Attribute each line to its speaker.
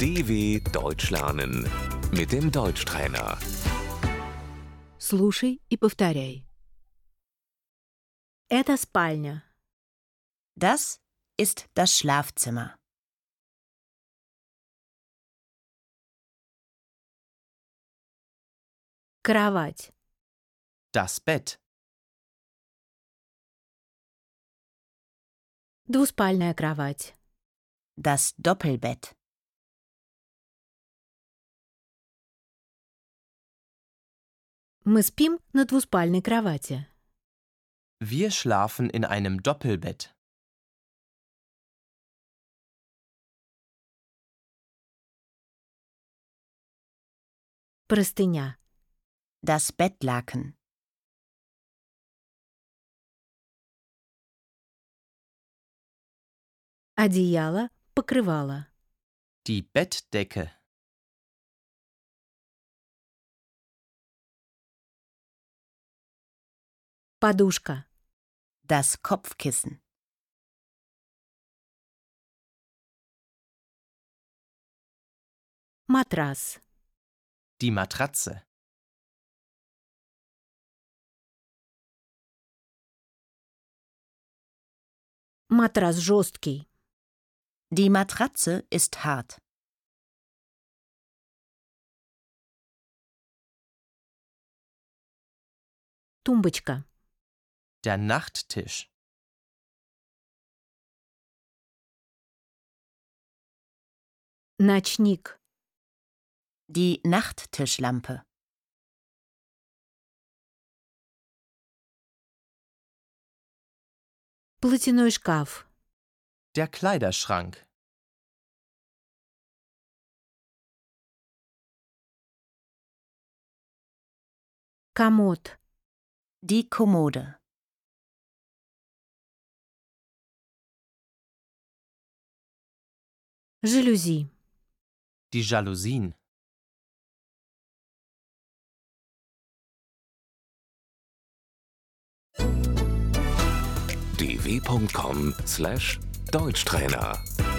Speaker 1: DW Deutsch lernen mit dem Deutschtrainer.
Speaker 2: Слушай и повторяй. Это спальня.
Speaker 3: Das ist das Schlafzimmer.
Speaker 2: Кровать.
Speaker 4: Das Bett.
Speaker 2: Двуспальная кровать.
Speaker 3: Das Doppelbett.
Speaker 2: Мы спим на двуспальной кровати.
Speaker 4: Wir schlafen in einem Doppelbett.
Speaker 2: Простыня.
Speaker 3: Das Bettlaken.
Speaker 2: Одеяло, покрывало.
Speaker 4: Die Bettdecke.
Speaker 2: Подушка.
Speaker 3: Das Kopfkissen.
Speaker 2: Матрас.
Speaker 4: Die Matratze.
Speaker 2: Матрас жесткий.
Speaker 3: Die Matratze ist hart.
Speaker 2: Тумбочка.
Speaker 4: Der Nachttisch.
Speaker 2: Ночник.
Speaker 3: Die Nachttischlampe.
Speaker 2: Платяной шкаф.
Speaker 4: Der Kleiderschrank.
Speaker 2: Комод.
Speaker 3: Die Kommode.
Speaker 2: Жалюзи.
Speaker 4: Die Jalousien.
Speaker 1: dw.com/deutschtrainer